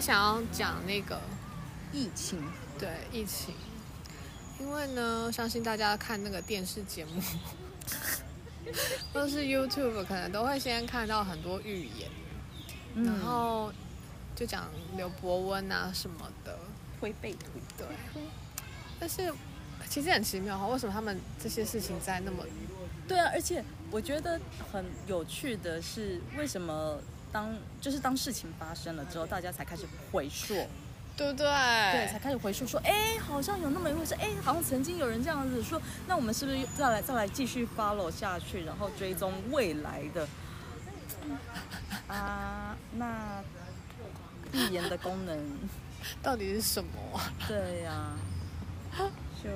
想要讲那个疫情，对疫情，因为呢，相信大家看那个电视节目， 或是 YouTube，可能都会先看到很多预言，嗯然后就讲刘伯温啊什么的，推背图，对。但是其实很奇妙哈，为什么他们这些事情在那么对啊，而且我觉得很有趣的是，为什么当就是当事情发生了之后，大家才开始回溯，对不对，才开始回溯说，哎，好像有那么一回事，哎，好像曾经有人这样子说，那我们是不是再来再来继续 follow 下去，然后追踪未来的？啊，那预言的功能，到底是什么啊、对呀、就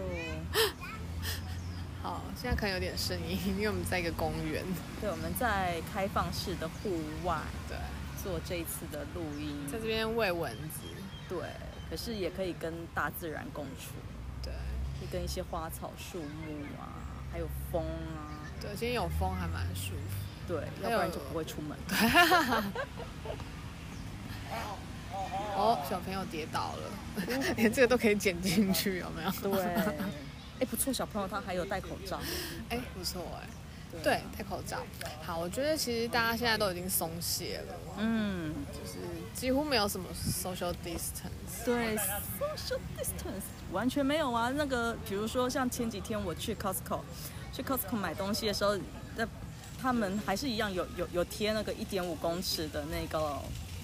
好，现在可能有点声音，因为我们在一个公园。对我们在开放式的户外对，做这一次的录音，在这边喂蚊子。对，可是也可以跟大自然共处，对就跟一些花草树木啊，还有风啊，对，今天有风还蛮舒服。对，要还有不然就不会出门。哦，小朋友跌倒了， 连这个都可以剪进去，有没有？哦对， 哎，不错，小朋友他还有戴口罩，哎，不错哎。对对，戴口罩。好，我觉得其实大家现在都已经松懈了，嗯，就是几乎没有什么 social distance。对，social distance 完全没有啊。那个比如说像前几天我去 Costco，去 Costco 买东西的时候，那他们还是一样有有有贴那个一点五公尺的那个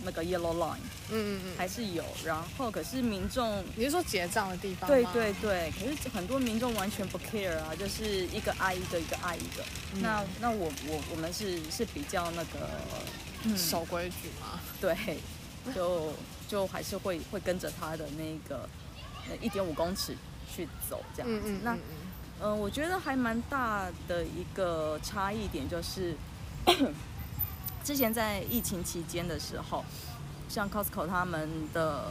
那个 yellow line，嗯嗯嗯。还是有。然后可是民众你是说结账的地方吗？对对对，可是很多民众完全不 care 啊，就是一个爱一个，一个爱一个。嗯那那我我我们是是比较那个，嗯，守规矩嘛。对，就就还是会会跟着他的那个一点五公尺去走这样子。嗯嗯。那嗯嗯呃，我觉得还蛮大的一个差异点就是，之前在疫情期间的时候，像 Costco 他们的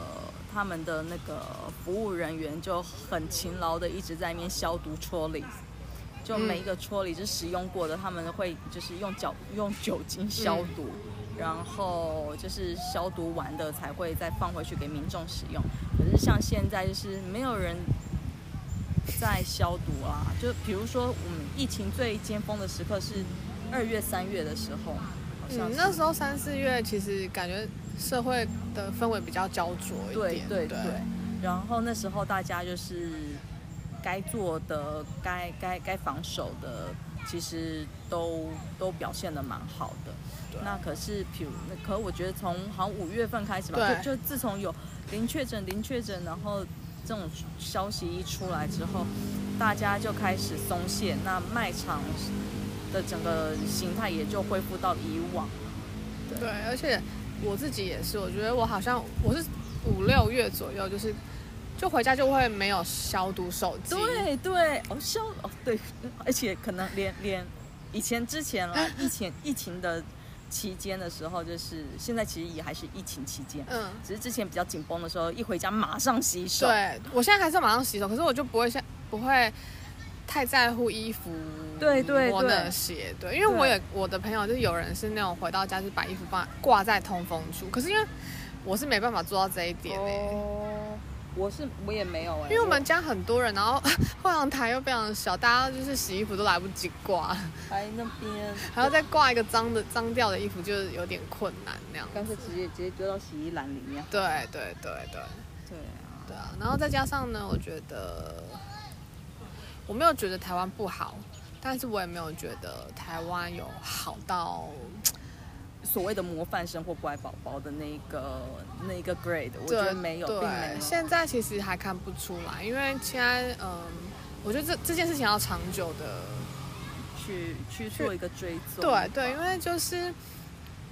他们的那个服务人员就很勤劳的一直在那边消毒戳理。就每一个戳里是使用过的，他们会就是用脚用酒精消毒，然后就是消毒完的才会再放回去给民众使用。可是像现在就是没有人在消毒啦、就比如说我们疫情最尖峰的时刻是二月三月的时候，好嗯，像是、那时候三四月其实感觉社会的氛围比较焦灼一对点，对对对，然后那时候大家就是该做的、该该该防守的，其实都都表现的蛮好的。那可是，比如，那可我觉得从好像五月份开始吧，对就就自从有零确诊、零确诊，然后这种消息一出来之后，大家就开始松懈，那卖场的整个形态也就恢复到以往。对而且我自己也是，我觉得我好像我是五六月左右，就是就回家就会没有消毒手机，对对，哦消哦对，而且可能连连以前之前 啦，疫情疫情的期间的时候，就是现在其实也还是疫情期间，嗯，只是之前比较紧绷的时候，一回家马上洗手。对我现在还是要马上洗手，可是我就不会像不会太在乎衣服。对对摸那对些对，因为我也我的朋友就是有人是那种回到家就把衣服挂挂在通风处，可是因为我是没办法做到这一点欸哦，我是我也没有哎、因为我们家很多人，然后 后阳台又非常小，大家就是洗衣服都来不及挂，还那边还要再挂一个脏的脏掉的衣服，就是有点困难那样。干脆直接直接丢到洗衣篮里面。对对对对对啊，对啊！然后再加上呢，我觉得我没有觉得台湾不好，但是我也没有觉得台湾有好到所谓的模范生或乖宝宝的那个那个 grade，我觉得没有，对并没有。现在其实还看不出来，因为现在嗯，我觉得这这件事情要长久的去去做一个追踪吧。对对，因为就是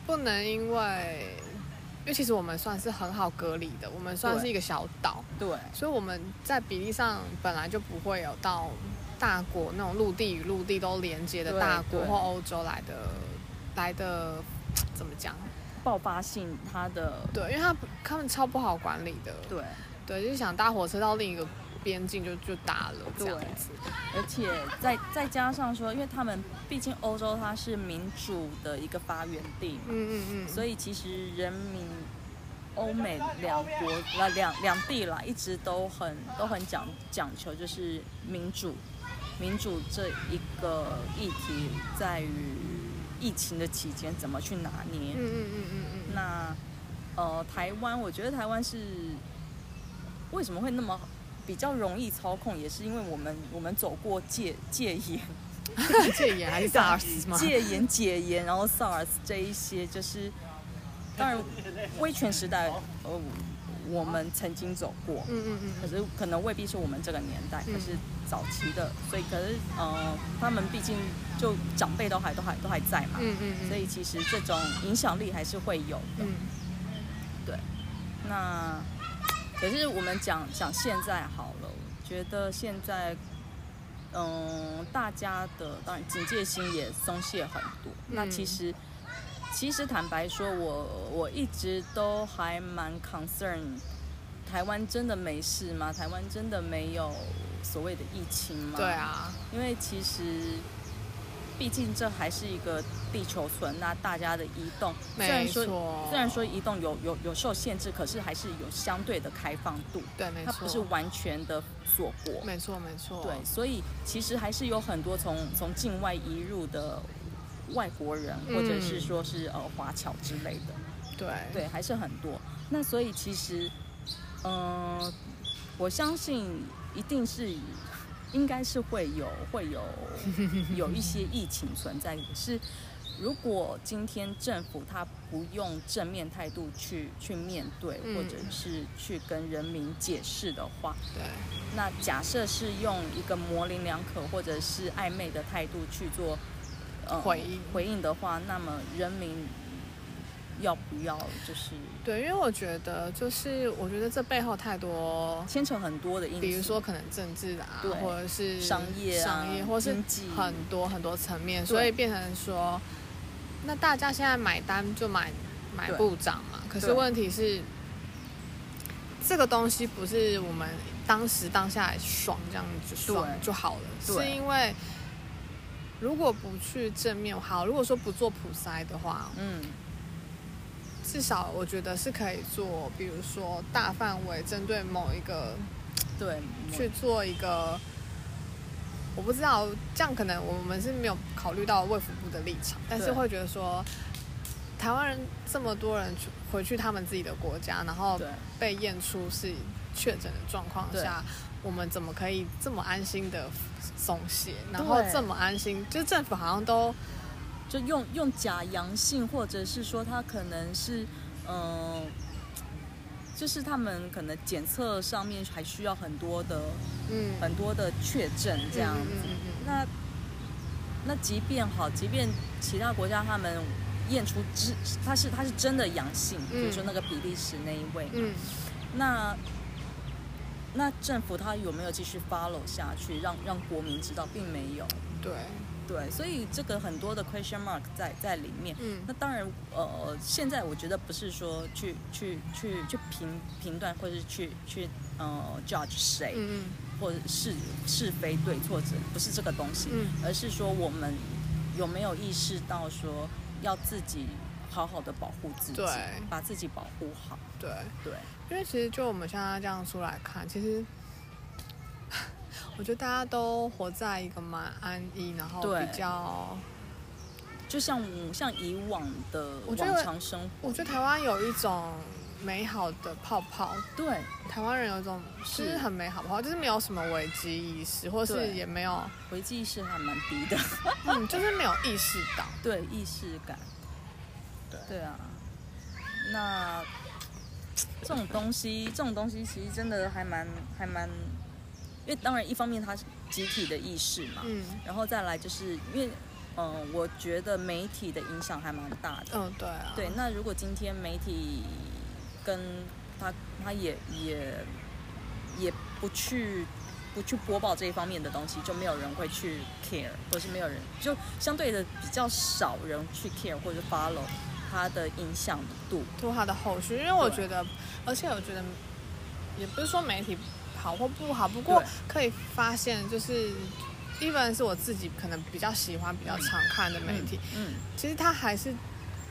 不能因为，因为其实我们算是很好隔离的，我们算对是一个小岛，对所以我们在比例上本来就不会有到大国那种陆地与陆地都连接的对大国对或欧洲来的来的怎么讲？爆发性它的对，因为他他们超不好管理的，对，对，就是想搭火车到另一个边境就就搭了这样对子，而且再再加上说，因为他们毕竟欧洲它是民主的一个发源地嘛，嗯嗯嗯，所以其实人民欧美两国呃两两地啦，一直都很都很讲讲求就是民主，民主这一个议题在于疫情的期间怎么去拿捏。嗯嗯嗯嗯嗯，那呃，台湾，我觉得台湾是为什么会那么比较容易操控，也是因为我们我们走过戒戒严、戒严还是 SARS 吗？戒严、解严，然后 SARS 这一些，就是当然威权时代，呃，我们曾经走过，嗯嗯嗯可是可能未必是我们这个年代，嗯可是早期的，所以可是呃，他们毕竟就长辈都还都还都还在嘛，嗯嗯嗯，所以其实这种影响力还是会有的。嗯那可是我们讲讲现在好了，我觉得现在，嗯，大家的当然警戒心也松懈很多。嗯那其实，其实坦白说，我我一直都还蛮 concern，台湾真的没事吗？台湾真的没有所谓的疫情吗？对啊，因为其实，毕竟这还是一个地球村，那大家的移动，虽然没说错，虽然说移动有有有受限制，可是还是有相对的开放度，对没它不是错，完全的锁国。没错没错，对，所以其实还是有很多从从境外移入的外国人，嗯或者是说是呃华侨之类的。对对，还是很多。那所以其实，嗯、我相信一定是，应该是会有会有有一些疫情存在。是，如果今天政府他不用正面态度去去面对，或者嗯是去跟人民解释的话，对，那假设是用一个模棱两可或者是暧昧的态度去做。呃回应回应的话，那么人民要不要就是对，因为我觉得就是我觉得这背后太多，牵扯很多的因素，比如说可能政治啊对，或者是商业、啊、商业，或是经济很多很多层面，所以变成说，那大家现在买单就买买对部长嘛。可是对问题是，这个东西不是我们当时当下爽这样就爽对就好了，对是因为如果不去正面好，如果说不做普筛的话，嗯，至少我觉得是可以做，比如说大范围针对某一个对，去做一个，我不知道，这样可能我们是没有考虑到卫福部的立场，但是对会觉得说，台湾人这么多人去回去他们自己的国家，然后对被验出是确诊的状况对下，我们怎么可以这么安心的松懈，然后对这么安心，就政府好像都就用用假阳性，或者是说他可能是嗯、呃就是他们可能检测上面还需要很多的嗯很多的确诊这样嗯子。嗯嗯那那即便好，即便其他国家他们验出之他是他是真的阳性，比如说嗯那个比利时那一位，嗯那那政府他有没有继续 follow 下去，让让国民知道，并没有。嗯，对，对，所以这个很多的 question mark 在在里面。嗯那当然，呃，现在我觉得不是说去去去去评评断，或者是去去呃 judge 谁，嗯或者是是非对错者，不是这个东西，嗯而是说我们有没有意识到说要自己好好的保护自己对，把自己保护好。对。对，因为其实就我们现在这样出来看，其实我觉得大家都活在一个蛮安逸，然后对比较，就像像以往的我觉得往常生活，我觉得台湾有一种美好的泡泡，对台湾人有一种是就是很美好泡泡，就是没有什么危机意识，或是对也没有，危机意识还蛮低的， 嗯，就是没有意识到，对意识感，对对啊，那这种东西，这种东西其实真的还蛮还蛮，因为当然一方面它是集体的意识嘛，嗯然后再来就是因为，嗯、我觉得媒体的影响还蛮大的。嗯，对啊，对，那如果今天媒体跟他他也也也不去不去播报这一方面的东西，就没有人会去 care，或是没有人就相对的比较少人去 care 或者 follow 它的影响度。拖它的后续，因为我对觉得，而且我觉得，也不是说媒体好或不好，不过对可以发现，就是一般是我自己可能比较喜欢、比较常看的媒体，嗯，其实它还是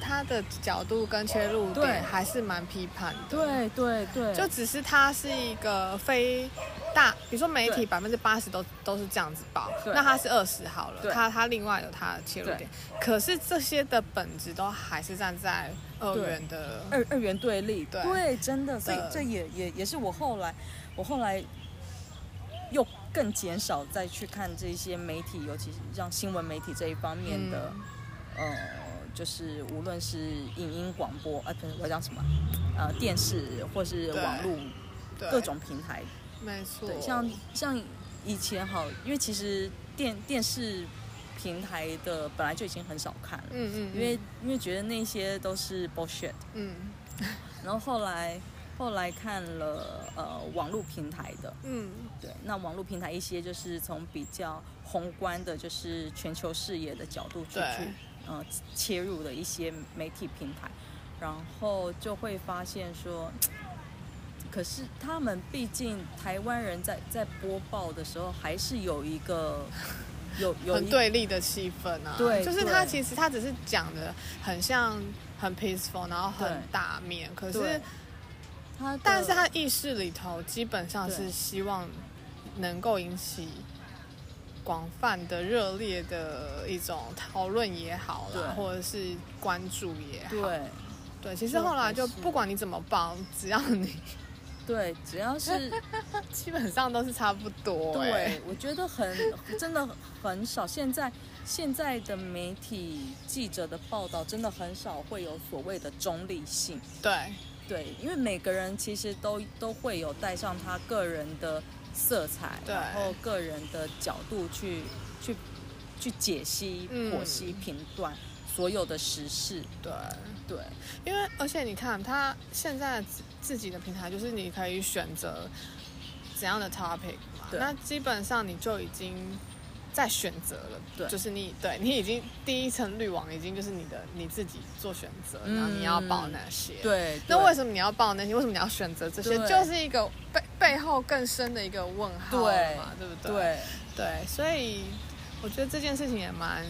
他的角度跟切入对点还是蛮批判的。对对对，就只是它是一个非大，比如说媒对体百分之八十都都是这样子报，对那它是二十好了对，它它另外有它的切入对点，可是这些的本质都还是站在二对元的，二二元对立，对真的，所以的这也也也是我后来，我后来又更减少再去看这些媒体，尤其是像新闻媒体这一方面的，嗯呃，就是无论是影音广播，呃，不是我讲什么，呃，电视或是对网络对各种平台，没错，对，像像以前好，因为其实电电视平台的本来就已经很少看了，嗯嗯，因为因为觉得那些都是 bullshit。嗯然后后来后来看了呃网络平台的，嗯对，那网络平台一些就是从比较宏观的，就是全球视野的角度去对去呃切入的一些媒体平台，然后就会发现说。可是他们毕竟台湾人在在播报的时候，还是有一 个有有很一对立的气氛啊，对就是它对其实它只是讲的很像很 peaceful，然后对很大面，可对是他的，但是他意识里头基本上对是希望能够引起广泛的、热烈的一种讨论也好对啦，或者是关注也好。对对，其实就后来还就是不管你怎么报，只要你 对，只要是基本上都是差不多、欸。对，我觉得很真的很少。现在现在的媒体记者的报道真的很少会有所谓的中立性，对对，因为每个人其实都都会有带上他个人的色彩，对然后个人的角度去去去解析、嗯剖析、评断所有的时事，对，对因为而且你看，他现在自自己的平台就是你可以选择怎样的 topic 嘛，对那基本上你就已经在选择了，对就是你对你已经第一层滤网已经就是你的你自己做选择，嗯然后你要报哪些，。对。那对为什么你要报那些？为什么你要选择这些？对就是一个背背后更深的一个问号了嘛，对不对？对对，所以我觉得这件事情也蛮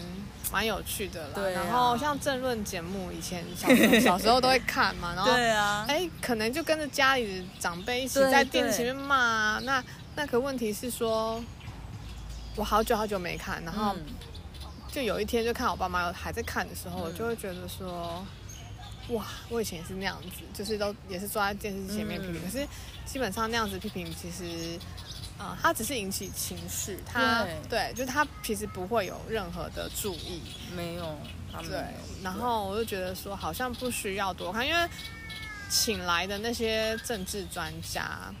蛮有趣的啦。对啊然后像政论节目，以前小时候小时候都会看嘛，然后对啊，哎、可能就跟着家里的长辈一起对在电对视前面骂啊。那那可问题是说，我好久好久没看，然后嗯就有一天就看我爸妈有还在看的时候，嗯我就会觉得说，哇，我以前也是那样子，就是都也是坐在电视机前面批评，嗯可是基本上那样子批评其实。啊、它只是引起情绪，它对，就是它其实不会有任何的注意，没有，他们没对有，然后我就觉得说好像不需要多看，因为请来的那些政治专家，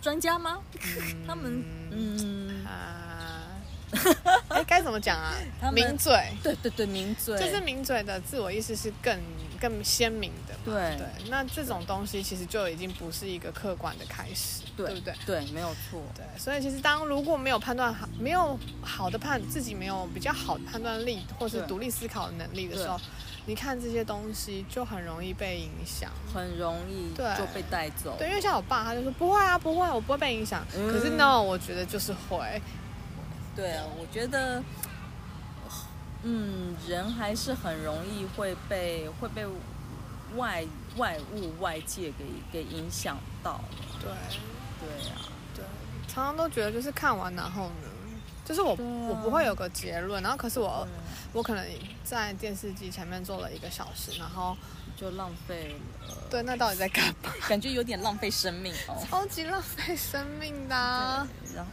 专家吗？ 他们嗯，啊、 哎该怎么讲啊他？们名嘴，对对对，名嘴就是名嘴的自我意识是更更鲜明的嘛。对对，那这种东西其实就已经不是一个客观的开始，对不对？对，没有错，对，所以其实当如果没有判断好，没有好的判自己没有比较好的判断力，或是对独立思考的能力的对时候，你看这些东西就很容易被影响。很容易对就被带走。对，因为像我爸，他就说不会啊，不会，我不会被影响。嗯可是 no，我觉得就是会，对啊，我觉得，嗯，人还是很容易会被会被外外物外界给给影响到。对对啊，对，常常都觉得就是看完然后呢，就是我、对啊我不会有个结论，然后可是我对啊我可能在电视机前面坐了一个小时，然后就浪费了，对，那到底在干嘛？感觉有点浪费生命哦。超级浪费生命的、 啊，对然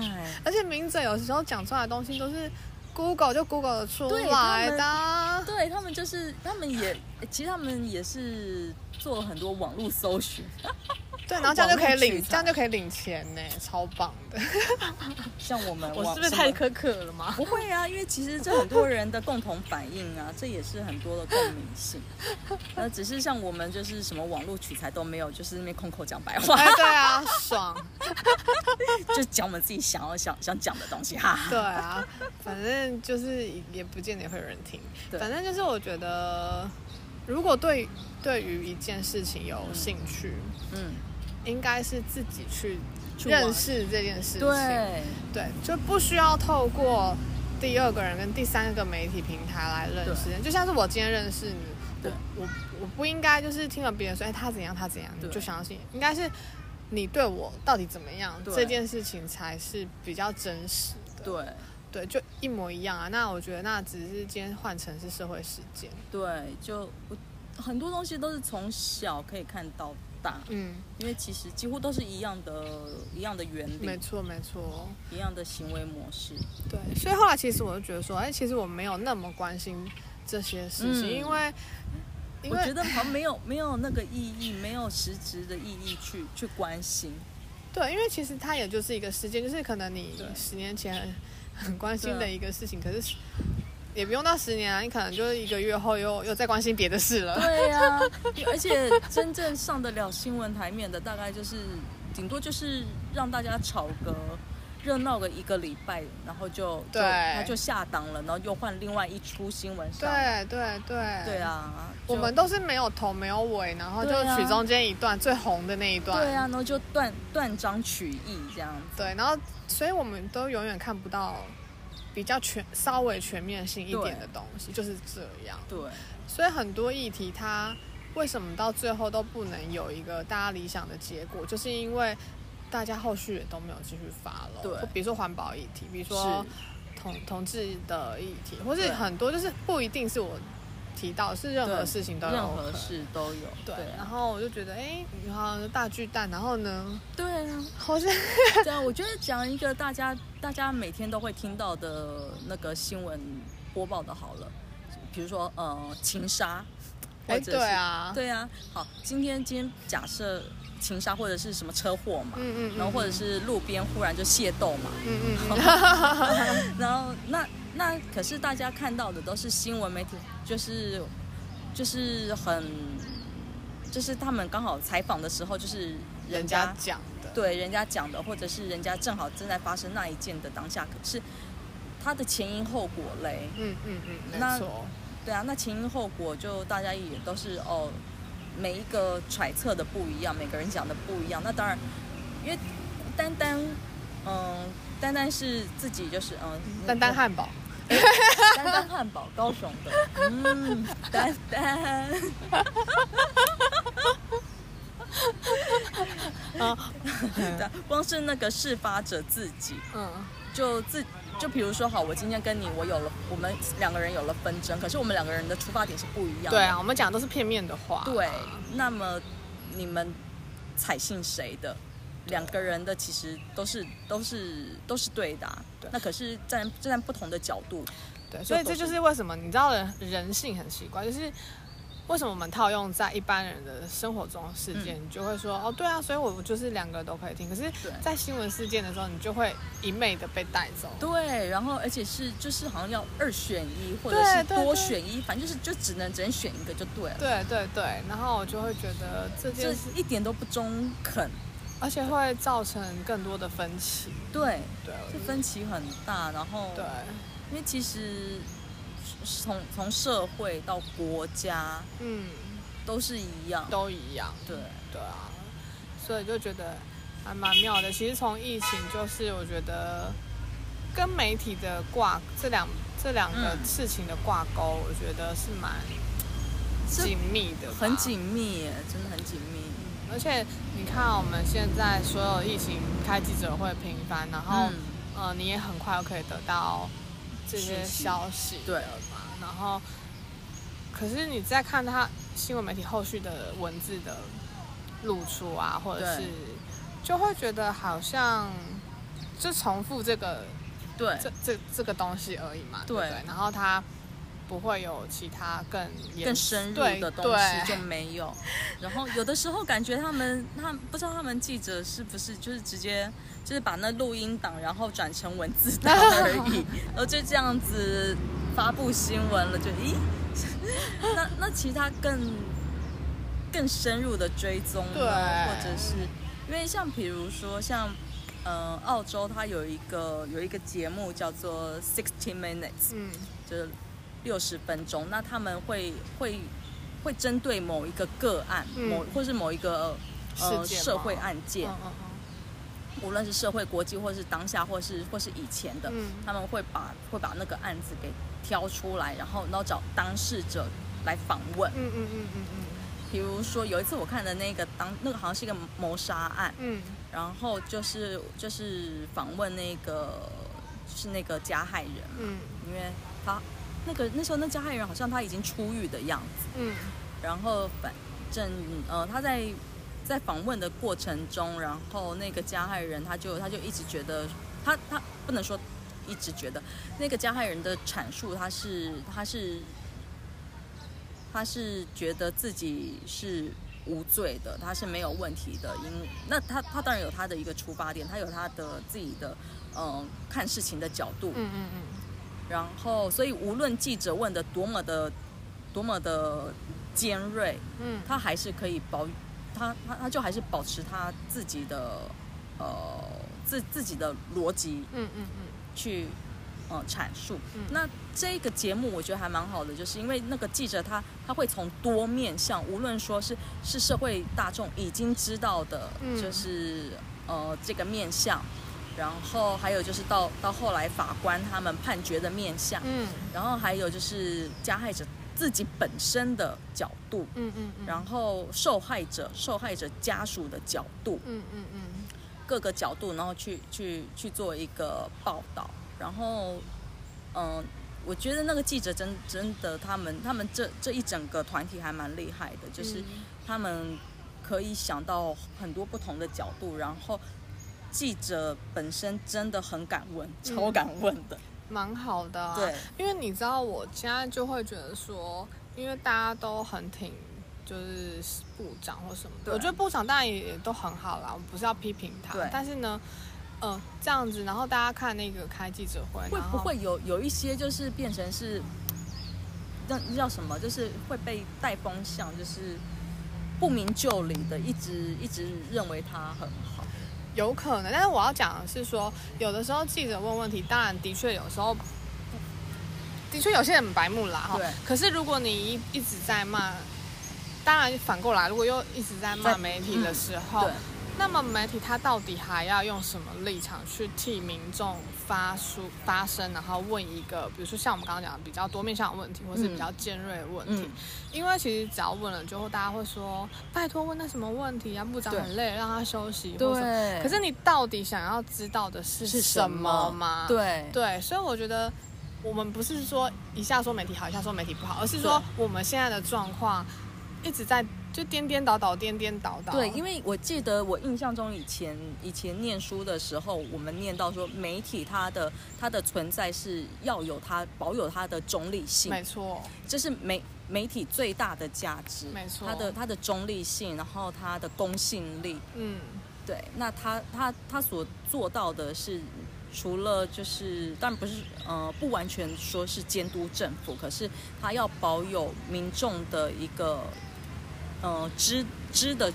后，哎，而且名嘴有时候讲出来的东西都是 Google 就 Google 得出对他来们的啊，对他们就是他们也，其实他们也是做了很多网络搜寻。对，然后这样就可以网络取领，材这样就可以领钱呢，超棒的。像我们，我网是不是什太么苛刻了 吗？不会啊，因为其实这很多人的共同反应啊， 这也是很多的共鸣 性。呃，只是像我们就是什么网络取材都没有，就是那边空口讲白话，哎，对啊，爽。 就讲我们自己想要想想讲的东西，哈 哈。对啊，反正就是也不见得会有人听。对反正就是我觉得，如果对对于一件事情有兴趣，嗯，应该是自己去去玩认识这件事情。对对，就不需要透过第二个人跟第三个媒体平台来认识。就像是我今天认识你，对我我我不应该就是听了别人说，哎，他怎样，他怎样，你对就相信，应该是你对我到底怎么样对这件事情才是比较真实的。对对，就一模一样啊。那我觉得那只是今天换成是社会实践。对，就我很多东西都是从小可以看到大，嗯，因为其实几乎都是一样的、一样的原没理、错没错。一样的行为模式。对，所以后来其实我就觉得说，哎，其实我没有那么关心这些事情，嗯因为因我为觉得好像没有没有那个意义，没有实质的意义去去关心。对，因为其实它也就是一个事件，就是可能你对十年前很很关心对的一个事情，可是也不用到十年啊，你可能就是一个月后又又在关心别的事了。对呀、而且真正上得了新闻台面的，大概就是顶多就是让大家吵个热闹个一个礼拜，然后就就对他就下档了，然后又换另外一出新闻上。对对对对，啊，就我们都是没有头没有尾，然后就对啊取中间一段、最红的那一段。对啊，然后就断断章取义这样子。对，然后所以我们都永远看不到比较全、稍微全面性一点对的东西，就是这样。对所以很多议题它为什么到最后都不能有一个大家理想的结果，就是因为大家后续也都没有继续发了。对或比如说环保议题，比如说是，同同志的议题，或是对很多就是不一定是我提到，是任何对事情都有任可何能。事都有。对，然啊后我就觉得，哎，然后大巨蛋，然后呢，对啊。好像 对啊，我觉得讲一个大家大家每天都会听到的那个新闻播报的好了，比如说呃情杀，或哎，者对是、啊，对啊，好，今天今天假设情杀或者是什么车祸嘛，嗯，嗯嗯，然后或者是路边忽然就械斗嘛， 嗯嗯嗯。然后那那可是大家看到的都是新闻媒体，就是就是很就是他们刚好采访的时候就是人家讲的，对人家讲的，或者是人家正好正在发生那一件的当下，可是它的前因后果嘞，嗯嗯嗯，没那错，对啊，那前因后果就大家也都是哦，每一个揣测的不一样，每个人讲的不一样，那当然，因为单单嗯，单单是自己就是嗯，丹丹汉堡，丹丹汉堡，高雄的，嗯，丹 丹， 啊，光是那个事发者自己。 嗯，就自就比如说好，我今天跟你，我有了，我们两个人有了纷争，可是我们两个人的出发点是不一样的。对啊，我们讲的都是片面的话，对，那么你们采信谁的？两个人的其实都是都是都是对的啊、对那可是站站在不同的角度，对，所以就都这是就是为什么你知道人人性很奇怪，就是为什么我们套用在一般人的生活中事件，你就会说哦，对啊，所以我就是两个都可以听，可是对，在新闻事件的时候，你就会一昧的被带走，对，然后而且是就是好像要二选一，或者对是对多对选一，反正就是就只能只能选一个就对了，对对对，然后我就会觉得这这件事，一点都不中肯。而且会造成更多的分歧，对，对，我这觉得分歧很大，然后对，因为其实是从从社会到国家嗯，都是一样，都一样。对对啊，所以就觉得还蛮妙的。其实从疫情，就是我觉得跟媒体的挂这两这两个嗯事情的挂钩，我觉得是蛮是紧密的，很。紧密耶，真的很紧密。而且你看，我们现在所有疫情开记者会频繁，然后、嗯，呃，你也很快就可以得到这些讯息消息，对嘛。然后，可是你在看他新闻媒体后续的文字的露出啊，或者对是就会觉得好像就重复这个对这这这个东西而已嘛，对不对对。然后它不会有其他更严更深入对的东西就对没有。然后有的时候感觉他们，他们不知道他们记者是不是就是直接就是把那录音档然后转成文字档而 已，然后就这样子发布新闻了，就咦，那那其他更更深入的追踪啊，对或者是因为像比如说像。呃，澳洲它有一个有一个节目叫做《Sixty Minutes》，嗯就是六十分钟，那他们会会会针对某一个个案，嗯某或是某一个呃事件吗社会案嗯件，嗯无论是社会、国际，或是当下，或是或是以前的，嗯他们会把会把那个案子给挑出来，然后然后找当事者来访问。嗯嗯嗯嗯比如说有一次我看的那个当那个好像是一个谋杀案，嗯然后就是就是访问那个就是那个加害人，嗯因为他那个那时候那加害人好像他已经出狱的样子，嗯然后反正呃他在在访问的过程中，然后那个加害人他就他就一直觉得他他不能说一直觉得那个加害人的阐述他是他是他是觉得自己是。无罪的，他是没有问题的，因那他他当然有他的一个出发点，他有他的自己的嗯、呃看事情的角度，嗯嗯嗯，然后，所以无论记者问的多么的、多么的尖锐，嗯，他还是可以保，他他他就还是保持他自己的呃自自己的逻辑嗯嗯去呃阐述。嗯那这个节目我觉得还蛮好的，就是因为那个记者他他会从多面向，无论说是是社会大众已经知道的，嗯就是呃这个面向，然后还有就是到到后来法官他们判决的面向，嗯然后还有就是加害者自己本身的角度。嗯嗯嗯，然后受害者、受害者家属的角度，嗯嗯嗯各个角度，然后去去去做一个报道。然后，嗯、我觉得那个记者真真的，他们他们这这一整个团体还蛮厉害的，嗯就是他们可以想到很多不同的角度，然后。记者本身真的很敢问，超敢问的，蛮好的、啊，对，因为你知道，我现在就会觉得说，因为大家都很挺，就是部长或什么的。对我觉得部长当然也都很好啦，我不是要批评他对，但是呢，呃，这样子，然后大家看那个开记者会，会然不后会有有一些就是变成是，那那叫什么？就是会被带风向，就是不明就里的，一直一直认为他很好。有可能？但是我要讲的是说，有的时候记者问问题，当然的确有时候。的确，有些人很白目啦哈对。可是如果你一一直在骂，当然反过来，如果又一直在骂在媒体的嗯时候，对，那么媒体它到底还要用什么立场去替民众发出发声，然后问一个，比如说像我们刚刚讲的比较多面向的问题，或是嗯比较尖锐的问题？嗯，因为其实只要问了之后，大家会说拜托问那什么问题啊，部长对很累，让他休息。或什么对。可是你到底想要知道的是是什什么么吗？对啊对，所以我觉得我们不是说一下说媒体好，一下说媒体不好，而是说我们现在的状况一直在就颠颠倒倒，颠颠倒倒。对，因为我记得我印象中以前以前念书的时候，我们念到说媒体它的它的存在是要有它保有它的中立性，没错。这是媒媒体最大的价值，没错它的它的中立性，然后它的公信力，嗯对，那他他他所做到的是，除了就是，但不是呃，不完全说是监督政府，可是他要保有民众的一个呃知知的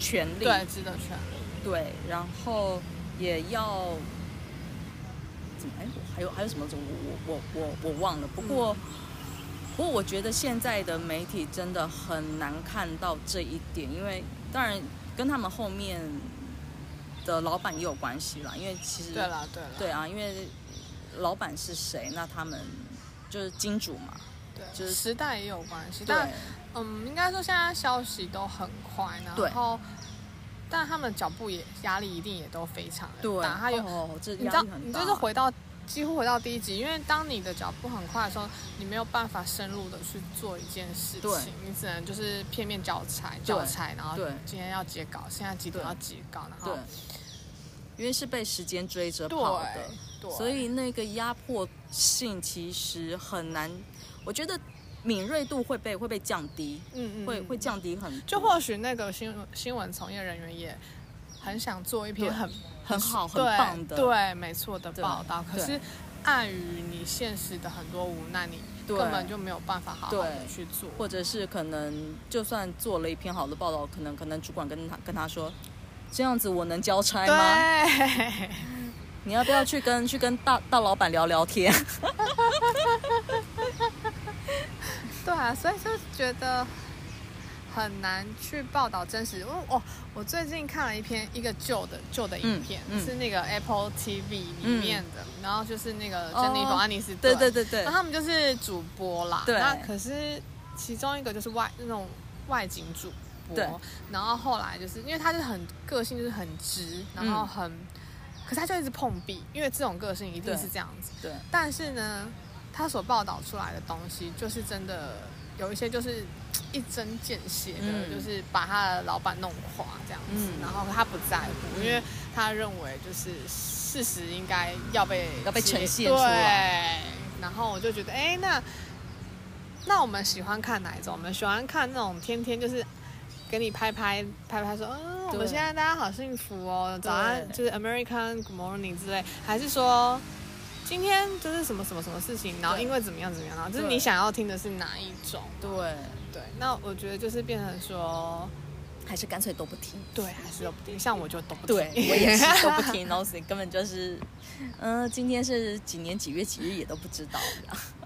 权，利，对，值得权利。对然后也要怎么？哎，我还有还有什么？我我我我我忘了。不嗯过、不过我觉得现在的媒体真的很难看到这一点，因为当然跟他们后面的老板也有关系啦，因为其实对啦，对啦，对啊，因为老板是谁，那他们就是金主嘛，对，就是时代也有关系。对但嗯，应该说现在消息都很快，对然后，但他们脚步也压力一定也都非常的对，大。还有，哦，这你知压道力，很你大，就是回到几乎回到第一集，因为当你的脚步很快的时候，你没有办法深入的去做一件事对情，你只能就是片面交差，交差，然后对今天要截稿，现在几点对要截稿，然对后，因为是被时间追着对跑的。对，所以那个压迫性其实很难，我觉得敏锐度会被会被降低，嗯嗯会嗯会降低很多就或许那个新闻新闻从业人员也很想做一篇对很很好很对棒的，对没错的对报道，可对是碍于你现实的很多无奈，你对根本就没有办法好好的对去做。或者是可能就算做了一篇好的报道，可能可能主管跟他跟他说。这样子我能交差吗？对， 你要不要去跟去跟大大老板聊 聊天？对啊，所以就觉得很难去报道真实。因为哦，我最近看了一篇一个旧的旧的影片，嗯嗯是那个 Apple TV 里嗯面的，然后就是那个珍妮哦佛·安妮斯顿，啊对对对对然后他们就是主播啦，对那可是其中一个就是外那种外景主播对，然后后来就是因为他就是很个性就是很直，然嗯后很，可是他就一直碰壁，因为这种个性一定对是这样子。对，但是呢，他所报道出来的东西，就是真的有一些就是一针见血的，嗯就是把他的老板弄垮这样子。嗯然后他不在乎，因为他认为就是事实应该要被要被呈现对出来。然后我就觉得，哎，那那我们喜欢看哪一种？我们喜欢看那种天天就是。给你拍拍拍拍说，嗯，我们对现在大家好幸福哦，早安对就是 American Good Morning 之类，还是说今天就是什么什么什么事情，然后对因为怎么样怎么样，然后就是对你想要听的是哪一种？对，对，那我觉得就是变成说，还是干脆都不听。对，还是都不听，像我就都不听。对，我也是都不 听，然后所以根本就是，嗯、今天是几年几月几日也都不知道，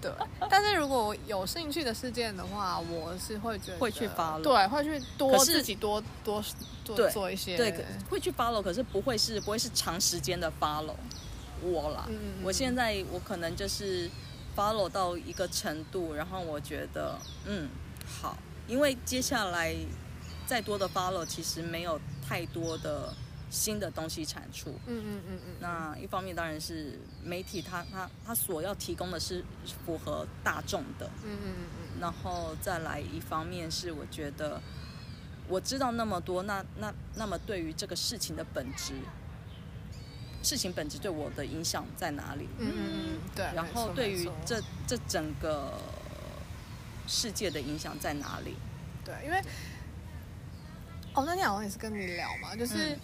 对，但是如果我有兴趣的事件的话，我是会觉得会去 follow 对，会去多可是自己多多多对做一些对，可会去 follow，可是不会是不会是长时间的 follow 我啦。嗯嗯嗯我现在我可能就是 follow 到一个程度，然后我觉得嗯好，因为接下来再多的 follow 其实没有太多的新的东西产出。嗯嗯嗯嗯，那一方面当然是媒体它它它所要提供的是是符合大众的，嗯嗯嗯嗯然后再来一方面是我觉得我知道那么多，那那那么对于这个事情的本质，事情本质对我的影响在哪里？嗯嗯嗯，对。然没后错对没于错这这整个世界的影响在哪里？对，因为哦，那天好像也是跟你聊嘛，就是、嗯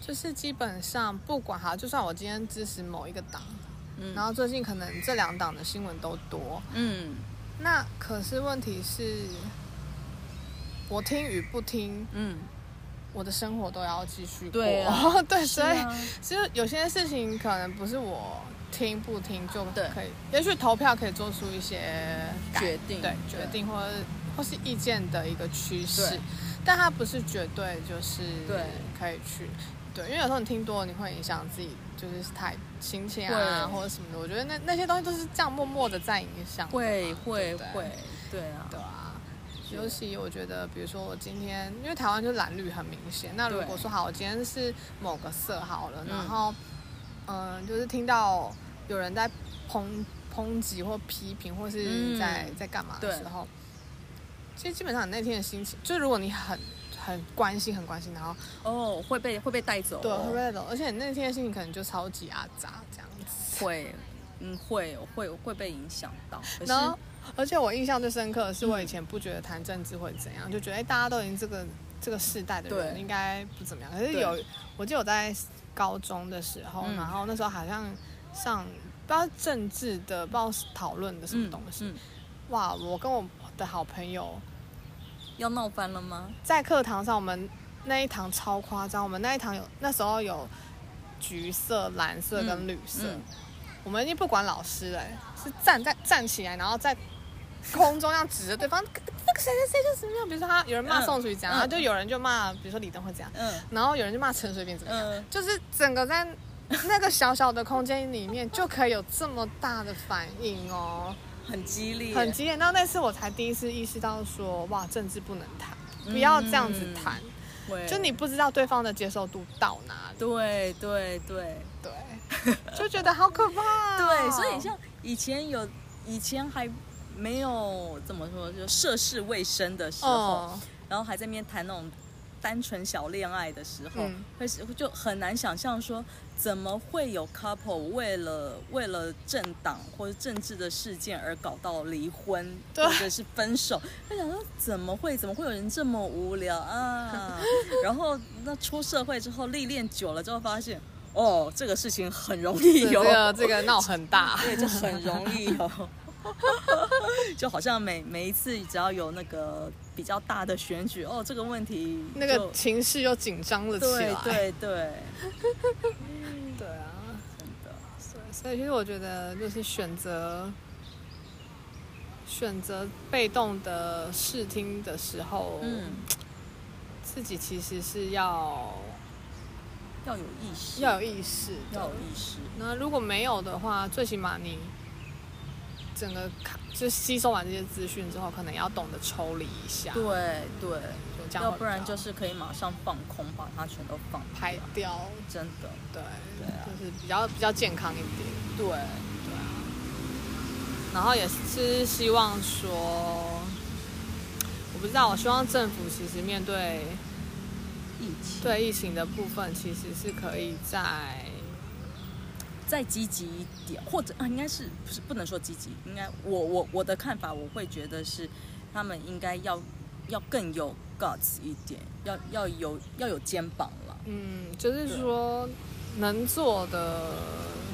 就是基本上不管哈，就算我今天支持某一个党，嗯然后最近可能这两党的新闻都多，嗯那可是问题是，我听与不听，嗯，我的生活都要继续过。对 对，是所以嗯啊其实有些事情可能不是我听不听就对可以，也许投票可以做出一些改决定对对决定或或是意见的一个趋势对，但它不是绝对就是对可以去对，因为有时候你听多了，你会影响自己就是态心情啊对或者什么的。我觉得那那些东西都是这样默默的在影响的嘛，会会对不对会，对啊，对啊。是尤其我觉得，比如说我今天，因为台湾就蓝绿很明显。那如对果说好，我今天是某个色好了，嗯然后，嗯、就是听到有人在抨抨击或批评，或是嗯在、在干嘛的对时候，其实基本上你那天的心情，就如果你很很关心、很关心，然后哦，会被会被带走哦、对会被懂，而且你那天的心情可能就超级阿杂这样子。会，嗯，会会会被影响到。可是然，后，而且我印象最深刻的是，我以前不觉得谈政治会怎样，就觉得哎、大家都已经这个这个世代的人嗯对应该不怎么样。可是对有，我记得我在高中的时候，嗯然后那时候好像上不知道政治的，不知道是讨论的什么东西。嗯嗯哇，我跟我的好朋友要闹翻了吗？在课堂上，我们那一堂超夸张，我们那一堂有那时候有橘色、蓝色跟绿色。嗯我们已经不管老师了、是站在站起来，然后在空中这样指着对方，那个谁谁谁就是没有，比如说他有人骂嗯宋楚瑜怎样，嗯然后就有人就骂，比如说李登辉怎样，嗯然后有人就骂陈水扁怎么样，嗯，就是整个在那个小小的空间里面就可以有这么大的反应哦，很激烈，很激烈。到那次我才第一次意识到说，哇，政治不能谈，不要这样子嗯谈，会就你不知道对方的接受度到哪里，对对对对， 就觉得好可怕、对，所以像以前有，以前还没有怎么说，就涉世未深的时候，哦，然后还在那边谈那种。单纯小恋爱的时候，嗯会是就很难想象说，怎么会有 couple 为了为了政党或者政治的事件而搞到离婚，对或者是分手？他想说怎么会怎么会有人这么无 聊啊？然后那出社会之后历练久了之后发现，哦，这个事情很容易这有，个啊这个闹很 大，对，就很容易有。 就好像每每一次只要有那个比较大的选举，哦，这个问题那个就情绪又紧张了起对来。对对，对啊，真的，所以所以其实我觉得就是选择选择被动的试听的时候，嗯，自己其实是要要有意识，要有意识的要有意识，那如果没有的话，最起码你整个看就吸收完这些资讯之后，可能要懂得抽离一下，就对对，这样要会比不然较就是可以马上放空，把它全都放排掉，掉，真的，对，对啊就是比较比较健康一点。对，对啊，然后也是希望说，我不知道，我希望政府其实面对疫情，对疫情的部分，其实是可以在再积极一点，或者啊，应该是不是不能说积极，应该我我我的看法，我会觉得是他们应该要要更有 guts 一点，要要有要有肩膀了，嗯，就是说能做的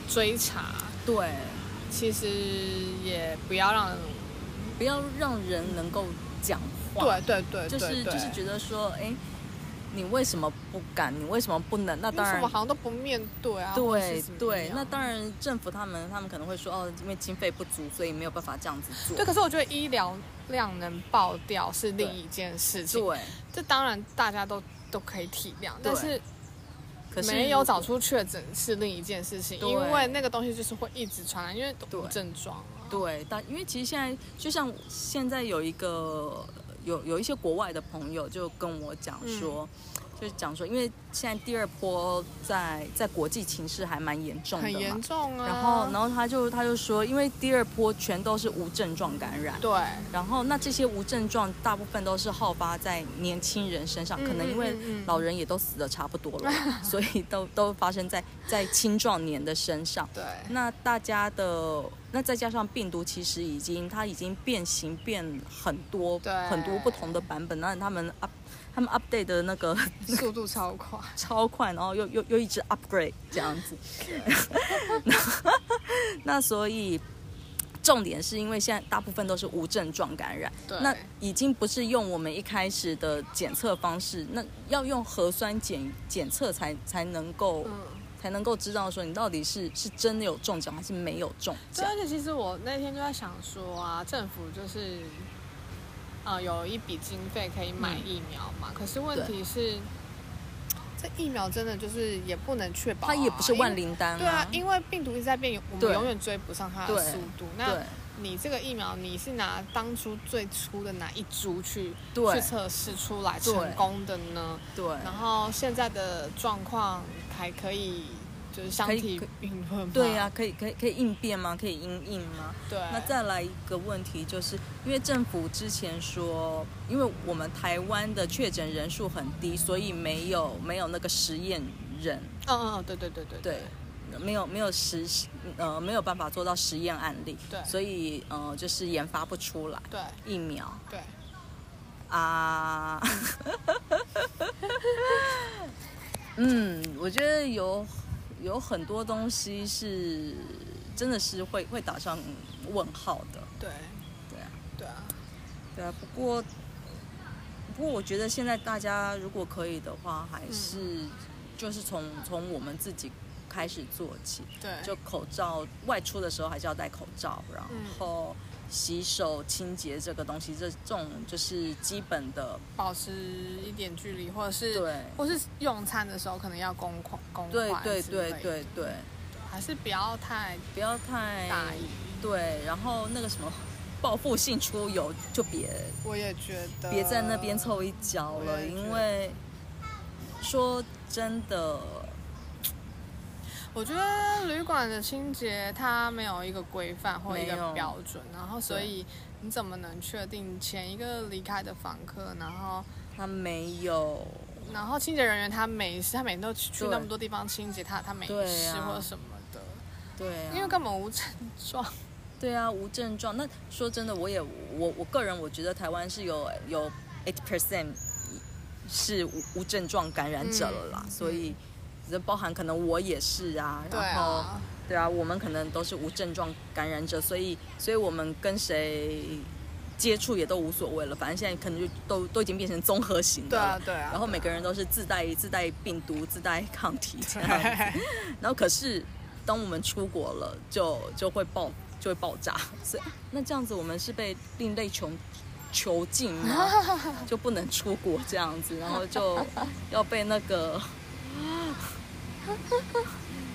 追查，对，其实也不要让不要让人能够讲话，对对对，就是对就是觉得说，哎，你为什么不敢？你为什么不能？那对为当什然么，好像都不面对啊？或者对是怎么对，样那当然，政府他们他们可能会说，哦，因为经费不足，所以没有办法这样子做。对，可是我觉得医疗量能爆掉是另一件事情，对，这当然大家都都可以体谅，但是可是没有找出确诊是另一件事情，对因为那个东西就是会一直传染，因为都无对症状啊。对，但因为其实现在就像现在有一个有有一些国外的朋友就跟我讲嗯说，就是讲说，因为现在第二波在在国际情势还蛮严重很的嘛严，重啊。然后然后他就他就说，因为第二波全都是无症状感染。对，然后，那这些无症状大部分都是好发在年轻人身上，嗯可能因为嗯嗯嗯老人也都死的差不多 了，所以都都发生在在青壮年的身上。对， 那大家的那再加上病毒，其实已经它已经变形变很多对很多不同的版本，那他们 up 他们 update 的那个 速度超快。超快，然后又又又一直 upgrade 这样 子。那那所以重点是因为现在大部分都是无症状感染，对那已经不是用我们一开始的检测方式，那要用核酸检检测才才能够、嗯，才能够知道说你到底是是真的有中奖还是没有中对，奖。而且其实我那天就在想说啊，政府就是啊、呃有一笔经费可以买嗯疫苗嘛，可是问对题是，这疫苗真的就是也不能确保啊、它也不是万因为。灵丹、对啊，因为病毒一直在变，我们对永远追不上它的对速度。那对啊你这个疫苗，你是拿当初最初的哪一株去去对测试出来对成功的呢？对然后现在的状况还可以，就是相可以提可并论吗？对呀、、可以可以可以应变吗？可以应应吗？对。那再来一个问题，就是因为政府之前说，因为我们台湾的确诊人数很低，所以没有没有那个实验人，嗯嗯，对对对对对，没有没有实呃没有办法做到实验案例，对所以呃就是研发不出来对疫苗对，啊。 嗯，我觉得有有很多东西是真的是会会打上问号的，对对啊。对啊，对啊，不过不过我觉得现在大家如果可以的话，嗯还是、就是从从我们自己开始做起，对就口罩外出的时候还是要戴口罩，然嗯后洗手清洁这个东西，这这种就是基本的，保持一点距离，或者是对或是用餐的时候可能要公筷公对筷对之对类的，对对，还是不要太不要太大意。对，然后那个什么报复性出游就别我也觉得别在那边凑一脚呃我了，也觉得因为说真的，我觉得旅馆的清洁它没有一个规范或一没个有标准，然后所以你怎么能确定前一个离开的访客，然后他没有，然后清洁人员他没事，他每天都去去对那么多地方清洁他，他没对事啊或者什么的，对啊，因为根本无症状。对啊，无症状。那说真的，我也我我个人我觉得台湾是有有 eight percent 是无无症状感染者了啦，嗯所以这包含可能我也是啊，对然后啊，对啊，我们可能都是无症状感染者，所以所以我们跟谁接触也都无所谓了，反正现在可能就都都已经变成综合型的对了。啊，对啊。然后每个人都是自带自带病毒、自带抗体这样子。 然后可是当我们出国了，就就会爆就会爆炸。 所以那这样子，我们是被另类囚囚禁吗？就不能出国这样子，然后就要被那 个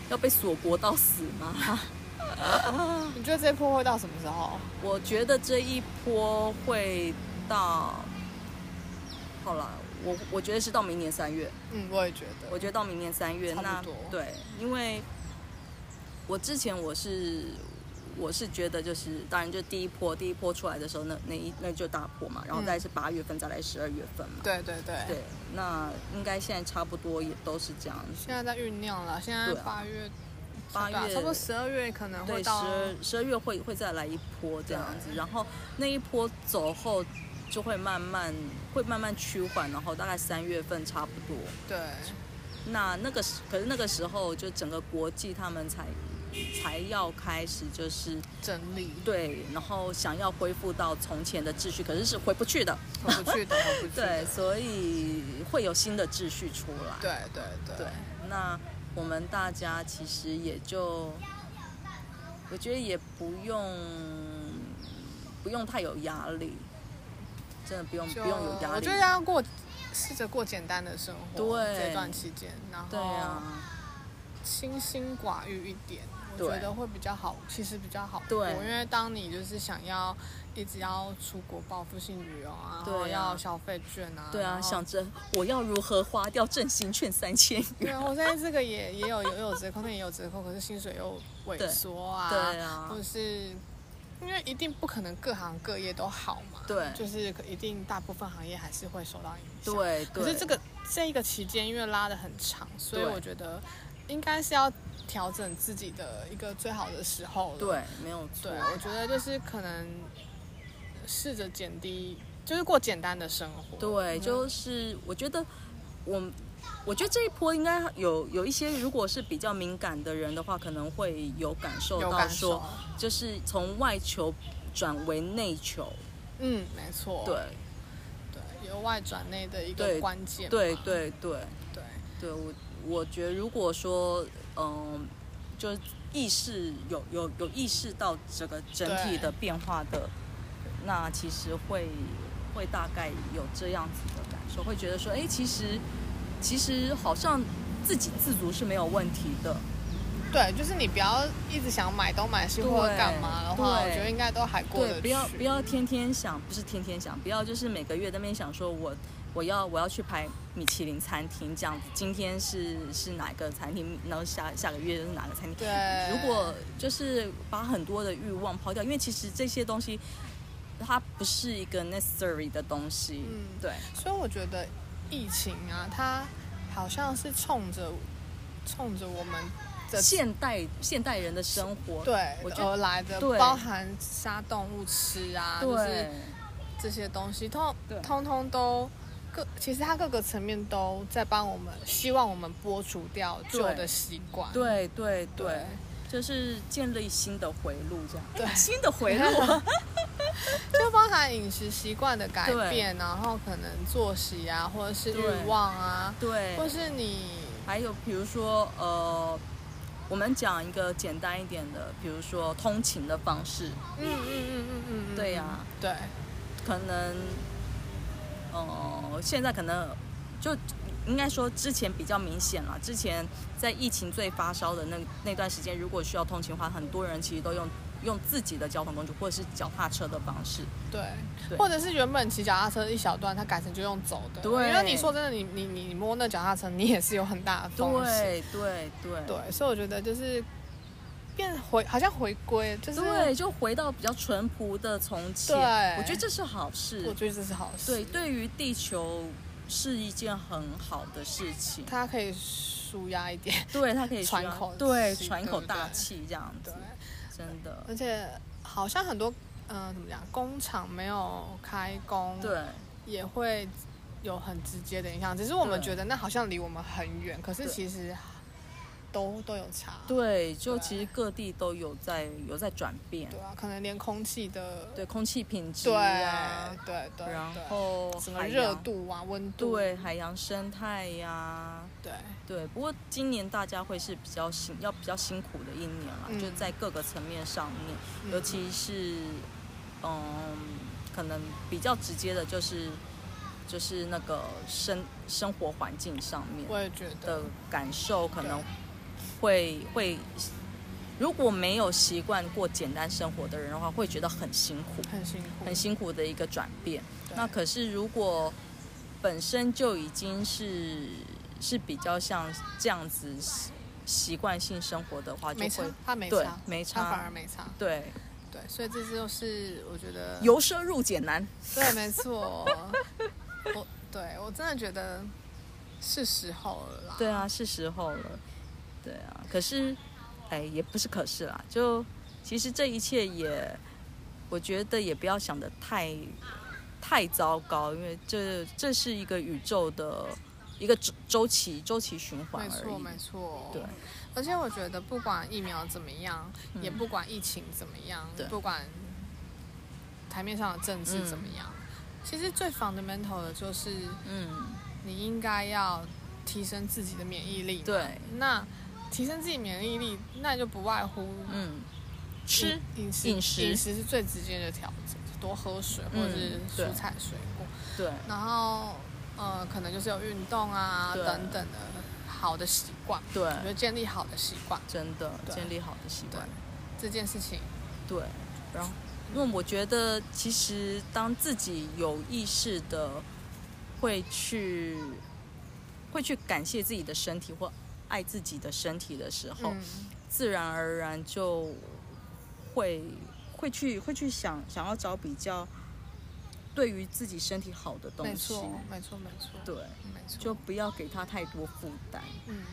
要被锁国到死吗？ 你觉得这一波会到什么时候？我觉得这一波会到，好了，我我觉得是到明年三月，嗯，我也觉得。我觉得到明年三月，差不那多对，因为我之前我是我是觉得就是，当然就第一波第一波出来的时候，那那一那就大波嘛，然后嗯再是八月份，再来十二月份嘛，对对对。对，那应该现在差不多也都是这样子，现在在酝酿了，现在对啊八月，八对啊月差不多十二月可能对，会十到。二十二月会会再来一波这样子，然后那一波走后就会慢慢会慢慢趋缓，然后大概三月份差不多。对，那那个时可是那个时候就整个国际他们才才要开始就是整理对，然后想要恢复到从前的秩序，可是是回不去的。回不 去的，回不去对，的。所以会有新的秩序出来。对对对对，那我们大家其实也就，我觉得也不用不用太有压力，真的不用不就用有压我力觉。得要过，试着过简单的生活。对这段期间，然对后啊，清心寡欲一点，我对觉得会比较好，其实比较好过。对因为当你就是想要一直要出国报复性旅游啊，对啊然后要消费券啊，对啊，然后想着我要如何花掉振兴券三千 对元。啊，我现在这个也也有也有折扣，那也有折扣，可是薪水又对萎缩啊，对啊或者是因为一定不可能各行各业都好嘛，对就是可一定大部分行业还是会受到影响。，对可是这对个这一个期间因为拉的很长，所以对我觉得应该是要调整自己的一个最好的时候了。对，没有错对，。啊我觉得就是可能试着减低，就是过简单的生活。对，嗯就是我觉得我，我觉得这一波应该有有一些，如果是比较敏感的人的话，可能会有感受有到感说受，。就是从外求转为内求，嗯，没错。对对，由外转内的一个对关键嘛。对对对对对，我我觉得如果说嗯，就是意识有有有意识到这个整体的变化的，那其实会会大概有这样子的感受，会觉得说，哎，其实其实好像自给自足是没有问题的，对，就是你不要一直想买东买西对或者干嘛的话，我对觉得应该都还过得去。对，不要不要天天想，不是天天想，不要就是每个月在那边想说我我要我要去排米其林餐厅这样子，今天是是哪个餐厅，然后下下个月是哪个餐厅。对，如果就是把很多的欲望抛掉，因为其实这些东西它不是一个 necessary 的东西，嗯对所以我觉得疫情啊，它好像是冲着冲着我们的现代现代人的生活，对我觉得而来的，对包含杀动物吃啊，就是对这些东西，通对通通都各，其实它各个层面都在帮我们，希望我们剥除掉旧对的习惯。对对对对，就是建立新的回路这样，对哎新的回路。 就包含饮食习惯的改对变，然后可能作息啊，或者是对欲望啊， 对，或是你还有比如说，呃，我们讲一个简单一点的，比如说通勤的方式，嗯嗯嗯嗯嗯嗯，对呀、对可能，呃，现在可能就应该说之前比较明显啦，之前在疫情最发烧的那那段时间，如果需要通勤的话，很多人其实都用用自己的交通工具或者是脚踏车的方式，对对或者是原本骑脚踏车一小段，它改成就用走的，对因为你说真的，你你你你摸那脚踏车，你也是有很大的风险，对对对对，所以我觉得就是变回好像回归，就是对，就回到比较淳朴的从前，对我觉得这是好事，我觉得这是好事，对，，对于地球是一件很好的事情，它可以舒压一点，对它可以需喘要口对气喘对口不大对气这样子对，。真的，而且好像很多，嗯、怎么讲，工厂没有开工，，对也会有很直接的影响。只是我们对觉得那好像离我们很远，可是对其实都都有差，对，就对其实各地都有在有在转变，对啊，可能连空气的，对空气品质对啊，对对，然对后什么海热洋，度啊、温度，对海洋生态呀、对对，不过今年大家会是比较辛，要比较辛苦的一年啦，嗯就在各个层面上面，嗯尤其是，嗯，可能比较直接的就是，就是那个生生活环境上面我也觉的得，感受，可能会会如果没有习惯过简单生活的人的话，会觉得很辛苦，很辛苦，很辛苦的一个转变。对那可是如果本身就已经是是比较像这样子习习惯性生活的话，就没嗯会差，他没对差，没他反差而，没差。对，对，所以这就是我觉得由奢入俭难。对，没错。我对我真的觉得是时候了啦。对啊，是时候了。对啊，可是，哎，也不是可是啦，就其实这一切也，我觉得也不要想的太太糟糕，因为这这是一个宇宙的一个周周期周期循环没而错，已。没错。对，嗯而且我觉得不管疫苗怎么样，也不管疫情怎么样对，不管台面上的政治嗯怎么样，其实最 fundamental 的就是嗯，你应该要提升自己的免疫力。，对，那提升自己免疫力，那就不外乎嗯，吃，饮饮食饮食饮食是最直接的调整，多喝水或者是嗯对蔬菜水果。对，然后呃，可能就是有运动啊对等等的好的习惯，对我，觉得建立好的习惯真的对建立好的习惯。这件事情，对，然后因为我觉得其实当自己有意识的会去会去感谢自己的身体或爱自己的身体的时候，嗯，自然而然就会会去会去想想要找比较对于自己身体好的东没西，错，没错，没错，对，没错，就不要给他太多负担，嗯，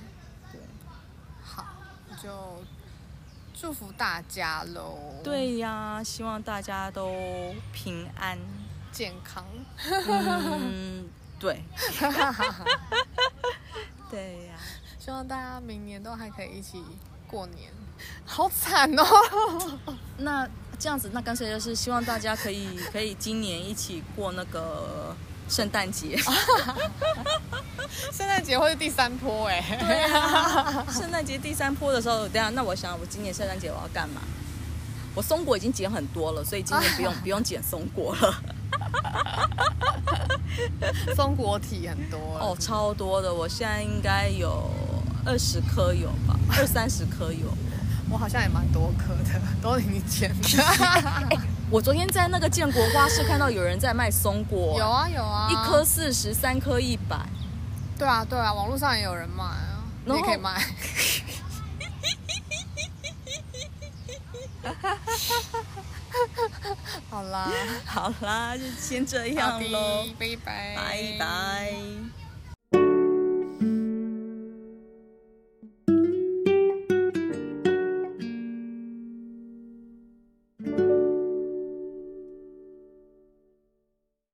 对。好，就祝福大家喽，，对呀，希望大家都平安。健康，嗯， 对，对呀、希望大家明年都还可以一起过年，好惨哦， 那这样子，那干脆就是希望大家可以可以今年一起过那个圣诞 节。圣诞节会是第三波哎、啊圣诞节第三波的时候，等一下，那我想我今年圣诞节我要干嘛？我松果已经剪很多了，所以今年 不用不用剪松果了。松果体很多哦，，超多的，我现在应该有二十颗有吧，二三十颗有。我好像也蛮多颗的， 都你捡 的，我昨天在那个建国花市看到有人在卖松果，有啊有啊，一颗四十，三颗一百。对啊，对啊，网络上也有人买啊，你然也后可以 买。好啦，好啦，就先这好样喽 的，，拜拜，拜拜。